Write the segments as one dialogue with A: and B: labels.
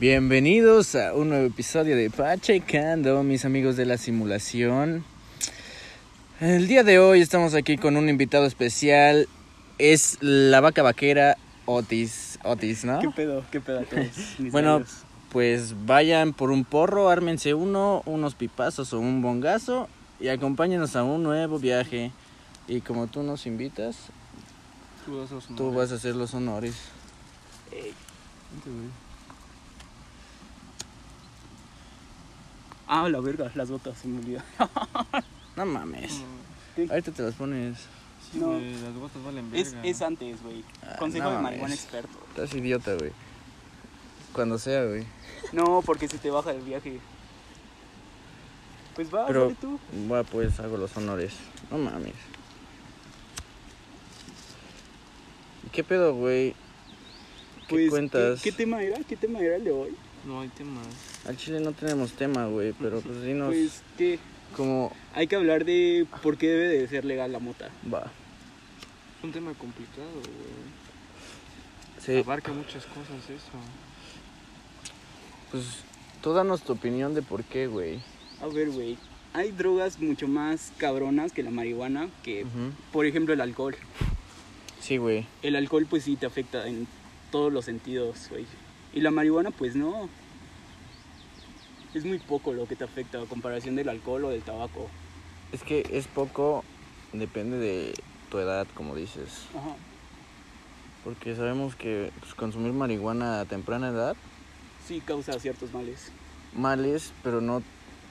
A: Bienvenidos a un nuevo episodio de Pachecando, mis amigos de la simulación. El día de hoy estamos aquí con un invitado especial. Es la vaca vaquera Otis. Otis, ¿no?
B: ¿Qué pedo? ¿Qué pedo a todos? mis
A: Ah. Bueno,
B: amigos?
A: Pues vayan por un porro, ármense uno, unos pipazos o un bongazo y acompáñenos a un nuevo viaje. Y como tú nos invitas,
B: tú vas a los
A: tú vas a hacer los honores.
B: Vente, güey. Ah, la verga, las botas se me olvidó.
A: No mames.
B: ¿Qué?
A: Ahorita te las pones.
C: Sí,
B: No.
C: güey, las botas valen
B: Es,
C: verga.
B: es antes, güey.
A: Ah,
B: Consejo
A: no
B: de
A: mames.
B: marihuana experto.
A: Estás idiota, güey. Cuando sea, güey.
B: No, porque se te baja el viaje. Pues va,
A: Pero-
B: dale tú.
A: Bueno, pues hago los honores. No mames. ¿Y ¿Qué pedo, güey? ¿Qué
B: Pues,
A: cuentas?
B: ¿qué, tema era? ¿Qué tema era el de hoy?
C: No hay temas.
A: Al chile no tenemos tema, güey, pero pues dinos
B: Pues que
A: cómo
B: hay que hablar de por qué debe de ser legal la mota.
A: va.
C: Es un tema complicado, güey.
A: Sí,
C: Abarca muchas cosas eso.
A: pues tú danos tu opinión de por qué, güey.
B: A ver, güey. Hay drogas mucho más cabronas que la marihuana, que
A: Ujú.
B: por ejemplo el alcohol.
A: Sí, güey.
B: El alcohol pues sí te afecta en todos los sentidos, güey. Y la marihuana pues no. Es muy poco lo que te afecta a comparación del alcohol o del tabaco.
A: Es que es poco, depende de tu edad, como dices.
B: Ajá.
A: Porque sabemos que pues, consumir marihuana a temprana edad,
B: Sí causa ciertos males.
A: males, pero no...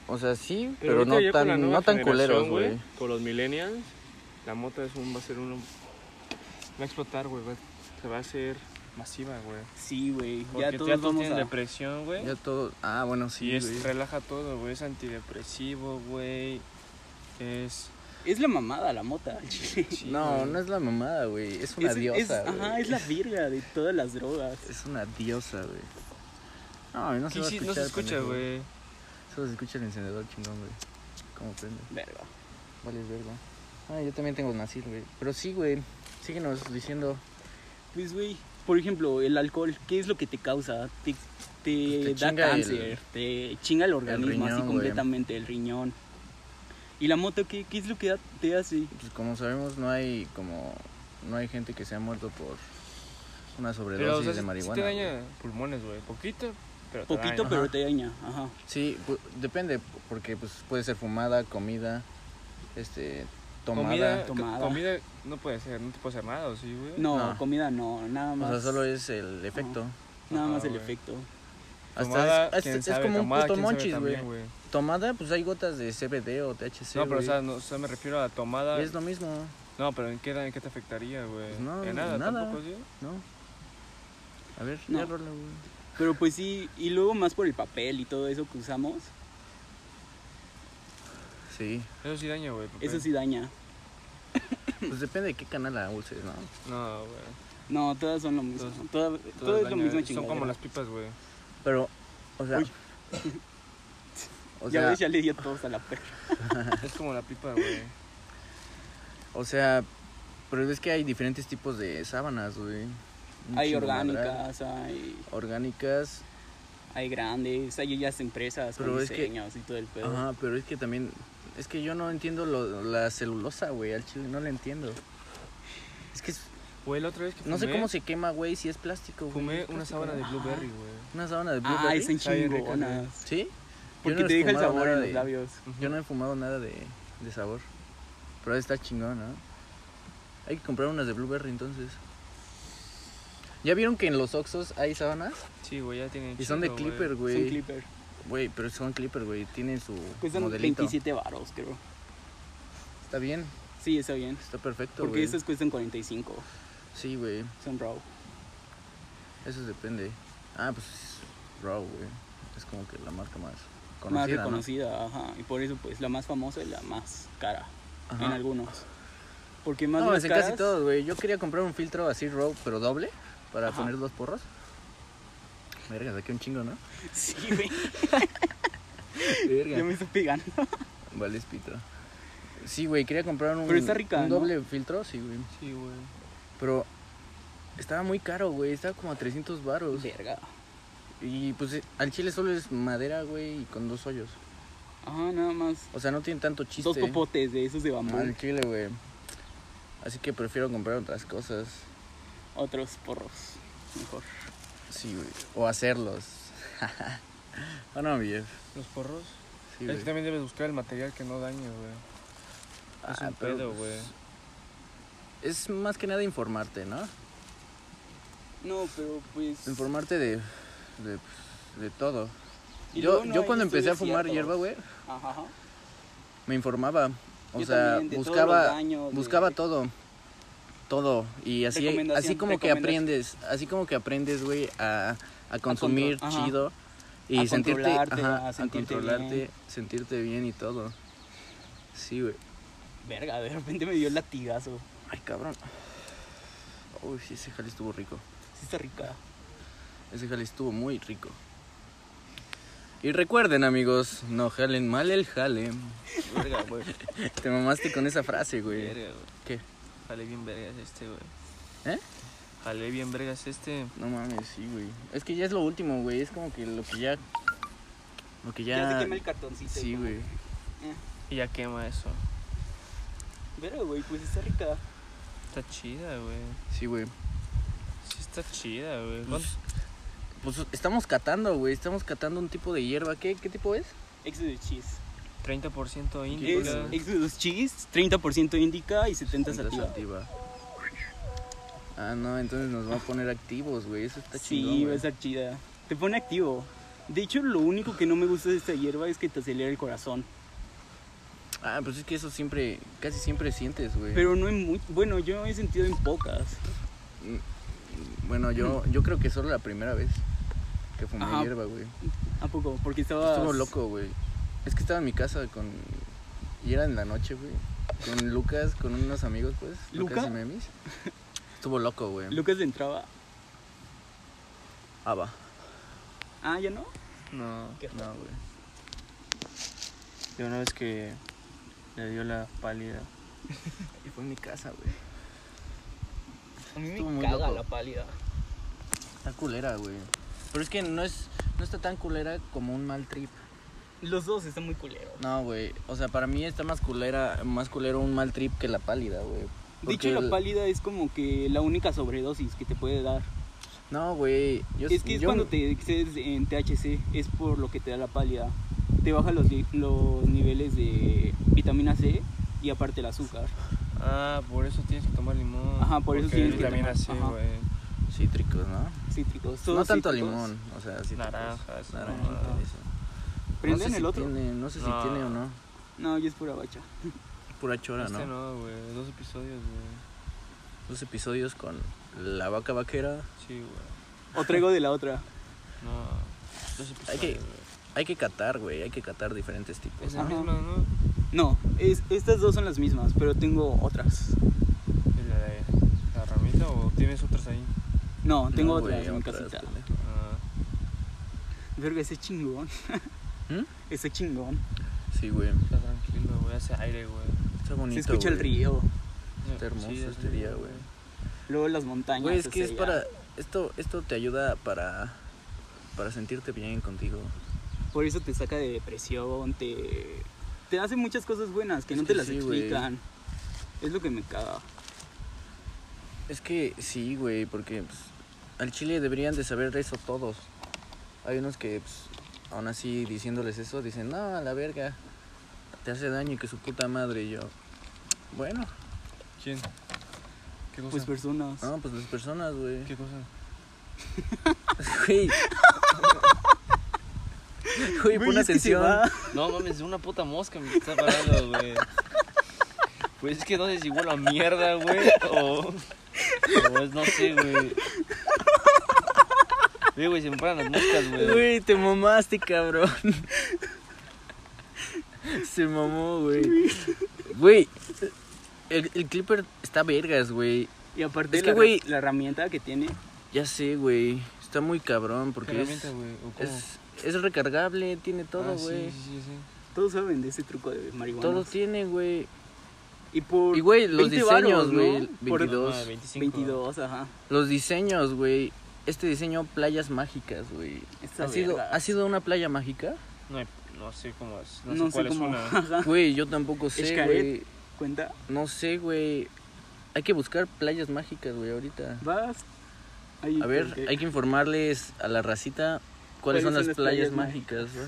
A: O sea, sí, pero,
C: Pero, ahorita
A: no
C: ya con la
A: tan,
C: nueva
A: no tan
C: generación,
A: culeros, güey.
C: Con los millennials, la mota es un, va a ser uno. Va a explotar, güey. va- Se va a hacer masiva, güey.
B: Sí, güey.
C: Porque
B: Ya todos vamos
C: tienen
B: a...
C: depresión, güey.
A: Ya todo... Ah, bueno, sí,
C: Y es,
A: güey.
C: relaja todo, güey. Es antidepresivo, güey. Es.
B: Es la mamada la mota. al chile.
C: sí,
A: No,
C: güey.
A: no es la mamada, güey. Es una
B: Es- es-
A: diosa, güey.
B: Ajá, es la virga de todas las drogas.
A: Es una diosa, güey. No, no se
C: Sí,
A: va a
C: sí,
A: escuchar.
C: no se escucha,
A: pendejo.
C: güey.
A: Solo se escucha el encendedor chingón, güey. Como prende.
B: Verga.
A: Vale, es verga. Ah, yo también tengo nacil, güey. Pero sí, güey. Síguenos diciendo.
B: Pues, güey, por ejemplo, el alcohol, ¿qué es lo que te causa? Te, te
A: Pues te
B: da
A: chinga el-
B: cáncer, te chinga el organismo así
A: riñón, güey.
B: completamente, el riñón. ¿Y la moto qué, qué es lo que da- te hace?
A: Pues como sabemos, no hay como. No hay gente que se ha muerto por una sobredosis
C: Pero, o sea,
A: de
C: sí- sí
A: marihuana.
C: te
A: güey.
C: daña pulmones, güey. Poquito, pero. te
B: Poquito,
C: daña.
B: pero
A: ajá.
B: te daña. Ajá.
A: Sí, pu- depende, porque pues puede ser fumada, comida, este.
C: Comida,
A: Tomada.
C: co-
B: Tomada.
C: comida no puede ser, no te puede hacer nada, ¿o sí, güey?
B: No,
A: No.
B: comida no, nada
A: O
B: más.
A: sea, solo es el efecto.
B: Nada
C: Ajá,
B: más el
C: güey.
B: efecto.
C: Tomada,
A: Hasta es,
C: quién
A: es- es
C: sabe,
A: como
C: tomada,
A: un puto
C: quién sabe
A: monchis, güey.
C: también,
A: Tomada, pues hay gotas de CBD o THC.
C: No, pero o
A: güey.
C: sea, no, o sea, me refiero a la tomada.
A: Y es lo mismo,
C: No, pero ¿en qué, en qué te afectaría, güey?
A: Pues no,
C: en nada,
A: nada.
C: tampoco, ¿sí?
A: ¿no? A ver,
B: No.
A: ya rola, güey.
B: Pero pues sí, y luego más por el papel y todo eso que usamos,
A: Sí.
C: Eso sí daña, güey. papel.
B: eso sí daña.
A: Pues depende de qué canal la uses, ¿no?
C: No, güey.
B: No, todas son lo mismo.
C: Todas-
B: Toda- todo es lo
C: daña.
B: mismo
C: Son
B: chingadera.
C: como las pipas, güey.
A: Pero, o sea.
B: Uy.
A: O
B: ya
A: sea,
B: ves, ya le di a todos a la perra.
C: es como la pipa, güey.
A: o sea, pero es que hay diferentes tipos de sábanas, güey. Un
B: Hay
A: chingo madral.
B: orgánicas, hay...
A: Orgánicas,
B: Hay grandes, hay ellas empresas con
A: Pero es que-
B: diseños y todo el pedo.
A: ajá, pero es que también, es que yo no entiendo lo- la celulosa, güey, al chile, no la entiendo. Es que es-
C: Güey, la otra vez que fumé,
A: no sé cómo se quema, güey, si es plástico, güey.
C: fumé
A: es
C: una
A: plástico,
C: sábana
A: ¿no?
C: de blueberry, güey.
A: Una sábana de
B: Ah,
A: blueberry.
B: están
C: Está bien rica,
B: chingonas.
A: ¿Sí? Yo
B: Porque
A: no
B: te
A: he
B: deja el
A: fumado
B: sabor en
A: nada
B: los
A: de-
B: labios.
A: Yo no he fumado nada de, de sabor. Pero está chingón, ¿no? Hay que comprar unas de blueberry entonces. ¿Ya vieron que en los Oxos hay sábanas?
C: Sí, güey, ya tienen
A: Y son de
C: chingo, güey.
A: Clipper,
B: Es un
A: güey.
B: clipper.
A: Güey, pero son Clipper, güey. Tienen su
B: Cuestan
A: modelito.
B: 27 baros, creo.
A: Está bien,
B: Sí, está bien.
A: está perfecto,
B: Porque
A: güey.
B: estas cuestan 45.
A: Sí, güey.
B: Son raw.
A: Eso depende. Ah, pues Raw, güey. Es como que la marca más conocida.
B: Más
A: ¿no?
B: reconocida, ajá. Y por eso, pues, la más famosa y la más cara.
A: Ajá.
B: En algunos. Porque más
A: No,
B: las
A: en
B: caras...
A: casi todos, güey. Yo quería comprar un filtro así Raw, pero doble, para
B: Ajá.
A: poner dos porros. Verga, saqué un chingo, ¿no?
B: Sí, güey.
A: Verga.
B: Yo me estoy pegando.
A: Vale, es pito. Sí, güey, quería comprar un,
B: Pero está rica,
A: un
B: ¿no?
A: doble filtro, sí, güey.
C: Sí, güey.
A: Pero estaba muy caro, güey. Estaba como a 300 baros.
B: Verga.
A: Y pues eh, al chile solo es madera, güey, y con dos hoyos.
B: Ajá, nada más.
A: O sea, no tiene tanto chiste.
B: Dos popotes de esos de bambú.
A: Al chile, güey. Así que prefiero comprar otras cosas.
B: Otros porros. Mejor.
A: Sí, güey. O hacerlos. Ah, no, bien.
C: Los porros.
B: Este
A: Sí,
C: es
A: güey.
C: que también debes buscar el material que no dañe, güey. Es
A: Ah,
C: un
A: pero,
C: pedo,
A: pues,
C: güey.
A: Es más que nada informarte, ¿no?
B: No, pero pues.
A: Informarte de, de, pues, de todo.
B: Y
A: yo
B: luego no
A: yo
B: hay
A: cuando empecé a
B: estudios
A: fumar
B: ciertos.
A: hierba, güey,
B: Ajá. ajá.
A: me informaba. O
B: Yo
A: sea,
B: también, de todos
A: buscaba,
B: los daños, de-
A: buscaba todo. Todo. Y así, así
B: Recomendación,
A: como que
B: recomendación.
A: aprendes, así como que aprendes, güey, a, a consumir
B: ajá.
A: chido. Y
B: A
A: sentirte,
B: controlarte,
A: ajá,
B: a sentirte
A: controlarte,
B: bien.
A: sentirte bien y todo. Sí, güey.
B: Verga, de repente me dio el latigazo.
A: Ay, cabrón. Uy, sí, ese jale estuvo rico.
B: Sí está rica.
A: Ese jale estuvo muy rico. Y recuerden, amigos, no jalen mal el jale.
D: Verga, güey.
A: Te mamaste con esa frase, güey.
D: Verga, güey.
A: ¿Qué?
D: Jale bien vergas este, güey.
A: ¿Eh?
D: Jale bien vergas este.
A: No mames, sí, güey. Es que ya es lo último, güey. Es como que lo que ya. Lo que
B: Ya, se
A: ya.
B: quema el cartoncito. y
A: Sí,
B: como-
A: güey.
D: Y ya quema eso.
B: Verga, güey, pues está rica.
D: Está chida, güey.
A: Sí, güey.
D: Sí está chida, güey.
A: Pues, pues estamos catando, güey. Estamos catando un tipo de hierba. ¿Qué, qué tipo es?
B: Exodus cheese.
D: 30%
A: ¿Qué
B: Es
D: índica.
A: color?
B: Exodus cheese, 30% indica y 70
A: Planta
B: sativa.
A: sativa. Ah, no, entonces nos va a poner activos, güey. Eso está
B: Sí,
A: chingón,
B: va a
A: güey.
B: estar chida. Te pone activo. De hecho, lo único que no me gusta de esta hierba es que te acelera el corazón.
A: Ah, pues es que eso siempre, casi siempre sientes, güey.
B: Pero no en muy... Bueno, yo he sentido en pocas.
A: Bueno, yo, yo creo que solo la primera vez que fumé
B: Ajá.
A: hierba, güey.
B: ¿A poco? Porque estaba...
A: Estuvo loco, güey. Es que estaba en mi casa con. Y era en la noche, güey. Con Lucas, con unos amigos, pues. Lucas
B: ¿Luca?
A: y Memis. Estuvo loco, güey.
B: Lucas le entraba.
A: Ah, va.
B: Ah, ¿ya no?
C: No.
B: Qué
A: No, güey.
C: Yo una vez que le dio la pálida.
A: Y fue en mi casa, güey.
B: A mí
A: Estuvo muy caga loco. la
B: pálida.
A: Está culera, güey. Pero es que no es. No está tan culera como un mal trip.
B: Los dos están muy culeros.
A: No, güey. O sea, para mí está más culera, más culero un mal trip que la pálida, güey.
B: De
A: Porque
B: hecho, la
A: el-
B: pálida es como que la única sobredosis que te puede dar.
A: No, güey. Yo-
B: es que es
A: yo-
B: cuando te excedes en THC, es por lo que te da la pálida. Te baja los, li- los niveles de vitamina C y aparte el azúcar.
D: Ah, por eso tienes que tomar limón.
B: Ajá, por eso
D: Porque
B: tienes que
D: vitamina
B: tomar,
D: C,
B: ajá.
D: güey.
A: Cítricos, ¿no?
B: Cítricos.
A: No
B: todos
A: tanto
B: cítricos.
A: limón. O sea, cítricos.
D: Naranjas,
A: Naranjita,
D: mamadas.
A: eso.
B: Prenden
A: no sé
B: el
A: si
B: otro.
A: tiene- no sé si
D: No.
A: tiene o no.
B: No, yo es pura bacha.
A: Pura chora,
D: Este
A: ¿no?
D: no, güey. Dos episodios, güey.
A: Dos episodios con la vaca vaquera.
D: Sí, güey.
B: O traigo de la otra.
D: No. Dos episodios.
A: Hay que-
D: güey.
A: Hay que catar, güey. Hay que catar diferentes tipos.
D: Es la
B: Ajá.
D: misma, ¿no?
B: No, es- estas dos son las mismas, pero tengo otras.
D: ¿Y la de la ramita o tienes otras ahí?
B: No, tengo
A: No,
B: otras
A: güey,
B: en mi
A: otras,
B: casita.
A: pendejo.
D: Ah,
B: Verga, ese chingón.
A: ¿Mm?
B: Ese chingón.
A: Sí, güey.
D: está tranquilo, güey. Hace aire, güey. pues
A: Está bonito.
B: Se escucha el
A: güey.
B: río.
A: Está hermoso
D: Sí,
A: este
D: hace
A: día,
D: aire,
A: güey.
B: Luego las montañas.
A: Güey, es
B: o
A: que
B: sea,
A: es
B: ya.
A: para. Esto, esto te ayuda para. Para sentirte bien contigo.
B: Por eso te saca de depresión, te. Te hace muchas cosas buenas que
A: Es
B: no
A: que
B: te las
A: sí, güey.
B: explican. Es lo que me caga.
A: Es que sí, güey, porque pues, al Chile deberían de saber eso todos. Hay unos que, pues, aún así diciéndoles eso, dicen, no, a la verga, te hace daño y que su puta madre y yo. Bueno,
D: ¿Quién? ¿Qué cosa?
B: Pues personas.
A: no, pues las personas, güey.
D: ¿Qué cosa?
A: Güey. Güey, pon
B: es que se
A: atención.
B: va.
D: No mames, una puta mosca me está parando, güey. Pues es que no sé si huele a mierda, güey, o. O es no sé, güey. Sí, güey, se me paran las moscas, güey.
A: Güey, te mamaste, cabrón. Se mamó, güey. Güey, el, el clipper está vergas, güey.
B: Y aparte,
A: Es que,
B: la,
A: güey-
B: la herramienta que tiene.
A: Ya sé, güey. Está muy cabrón
D: ¿Qué
A: porque es,
D: herramienta, güey? ¿O cómo?
A: es, es recargable, tiene todo,
D: Ah,
A: güey.
D: Sí, sí, sí, sí.
B: Todos saben de ese truco de marihuana.
A: todo tiene, güey.
B: Y por.
A: Y, güey, los
B: 20 varos,
A: diseños,
B: ¿no?
A: güey.
B: Por
A: 22.
D: Ah, 25.
B: 22, ajá.
A: Los diseños, güey. este diseño playas mágicas, güey.
B: Esta
A: ¿Ha sido,
B: verga.
A: ¿Ha sido una playa mágica?
D: No, hay- no sé cómo es. No,
B: No
D: sé
B: sé
D: cuál es
B: cómo.
D: una.
B: Ajá.
A: Güey, yo tampoco sé,
B: Xcaret.
A: güey.
B: Cuenta.
A: No sé, güey. Hay que buscar playas mágicas, güey, ahorita.
B: Vas. Ahí,
A: A ver,
B: porque-
A: hay que informarles a la racita cuáles son las playas, mágicas, güey.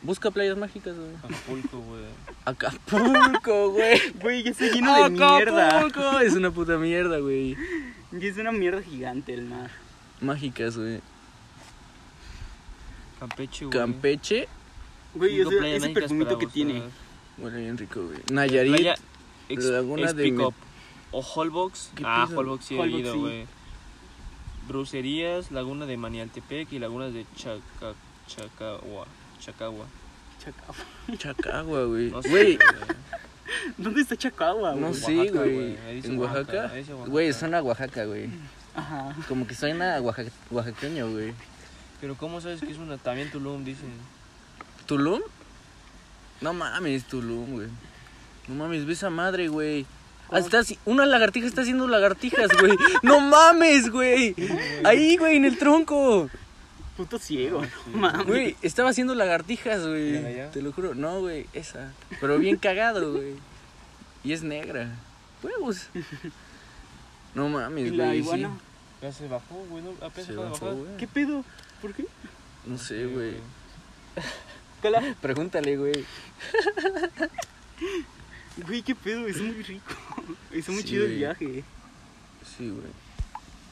A: Busca playas mágicas, güey.
D: Acapulco, güey.
A: Acapulco, güey.
B: Güey, ya está lleno
A: ¡Ah,
B: de mierda.
A: Acapulco es una puta mierda, güey.
B: Y es una mierda gigante el mar.
A: Mágicas, güey.
D: Campeche, güey.
A: Campeche,
B: Güey,
D: Cinco
B: ese-
D: playas
B: ese
D: mágicas
B: perfumito
D: para
B: que tiene.
D: gozar.
A: huele bien rico, güey. Nayarit,
D: Playa ex,
A: Laguna
D: ex
A: de
D: pick
A: Met-
D: up. O Holbox.
A: ¿Qué
D: Ah,
A: pedo?
D: Holbox sí he
B: Holbox
D: ido,
B: sí.
D: güey. Brucerías, Laguna de Manialtepec y Lagunas de Chaca, Chacagua. Chacagua.
B: Chacao.
A: Chacagua, güey.
D: No sé,
A: Güey,
B: ¿Dónde está Chacagua, güey?
A: no
D: En
A: sé,
D: Oaxaca,
A: güey.
D: güey. Ahí dice
A: ¿En
D: Oaxaca,
A: Oaxaca?
D: ahí dice Oaxaca.
A: Güey, suena a Oaxaca, güey.
B: Ajá.
A: Como que suena a oaxa- oaxaqueño, güey.
D: Pero ¿cómo sabes que es una? También Tulum, dicen.
A: ¿Tulum? No mames, Tulum, güey. No mames, ve esa madre, güey. Ah, está haci- una lagartija está haciendo lagartijas, güey. ¡No mames, güey! Ahí, güey, en el tronco.
B: Puto ciego, no mames.
A: Güey, estaba haciendo lagartijas,
D: ¿La de
A: güey.
D: allá?
A: Te lo juro. No, güey, esa. Pero bien cagado, güey. Y es negra. Huevos. No
B: ¿Y
A: mames,
B: la
A: güey. sí.
B: iguana?
D: Ya se bajó, güey. No, apenas
A: Se
D: acaba de
A: bajó,
D: bajar.
A: güey.
B: ¿Qué pedo? ¿Por qué?
A: No sé, güey.
B: Cala-
A: Pregúntale, güey.
B: Güey, qué pedo, es muy rico. Es muy
A: Sí,
B: chido el
A: güey.
B: viaje.
A: Sí, güey.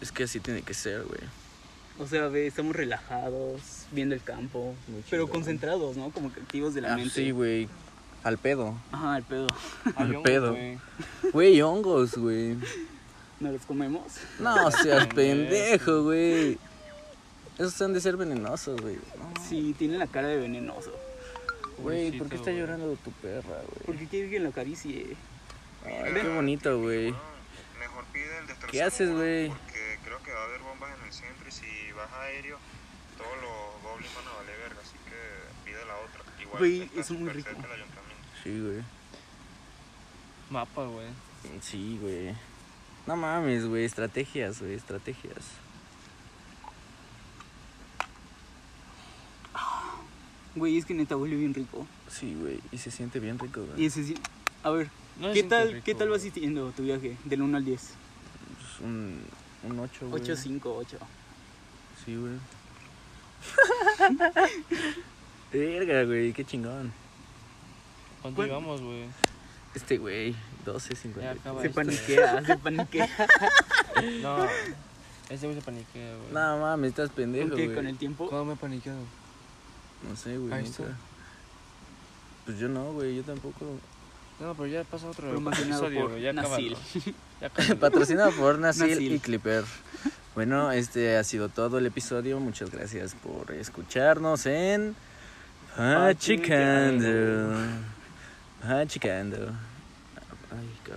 A: Es que así tiene que ser, güey.
B: O sea, ve, estamos relajados, viendo el campo,
A: Muy
B: pero
A: chingón.
B: concentrados, ¿no? Como que activos de la
A: Ah,
B: mente.
A: sí, güey. Al pedo.
B: Ajá, el pedo.
A: Al
C: Avión,
A: pedo.
C: güey.
A: Güey, hongos, güey.
B: ¿Nos los comemos?
A: No seas pendejo, güey. Esos han de ser venenosos, güey. No,
B: Sí, tiene la cara de venenoso.
A: Güey, ¿por qué
D: Pobrecito,
A: está
D: güey.
A: llorando tu perra, güey?
B: Porque quiere que lo acaricie.
A: Ay, qué bonito, güey.
E: Mejor pide el de tercer
A: ¿Qué haces,
E: mundo,
A: güey?
E: Porque creo que va a haber bombas en el centro y si vas aéreo, todos los goblins van a valer verga, así que pide la otra. Igual
B: Güey,
E: está
B: eso es muy
E: súper
B: rico.
E: cerca del ayuntamiento.
A: Sí, güey.
D: Mapa, güey.
A: Sí, güey. No mames, güey. Estrategias, güey. Estrategias.
B: Güey, es que neta huele bien rico.
A: Sí, güey. Y se siente bien rico,
B: Y
A: güey.
B: ese sí. A ver,
D: No se
B: ¿qué
D: siente
B: tal,
D: rico,
B: ¿qué tal vas
D: güey.
B: sintiendo tu viaje? Del 1 al 10.
A: Es Pues, un, un 8, güey.
B: 8, 5, 8.
A: Sí, güey. Verga, güey. Qué chingón.
D: ¿Cuánto
B: ¿Cuál?
D: llevamos, güey?
A: Este, güey. 12, 50.
D: Ya acaba
B: Se
D: esto.
B: paniquea, se paniquea.
D: No. Este güey se paniquea, güey.
A: No mames, estás pendejo,
B: ¿Con qué?
A: güey.
B: ¿Con el tiempo?
C: ¿Cuándo me he paniqueado?
A: No sé, güey.
C: Ahí
A: nunca.
C: está.
A: Pues yo no, güey. Yo tampoco.
D: No, pero ya pasa otro
B: Promocionado
D: episodio,
B: por
D: güey. Ya acaba.
B: Nasil.
D: Ya acábalo.
A: Patrocinado por Nasil,
B: Nasil.
A: y Clipper. Bueno, este ha sido todo el episodio. Muchas gracias por escucharnos en Pachicando. Pachicando. Ay, cabrón.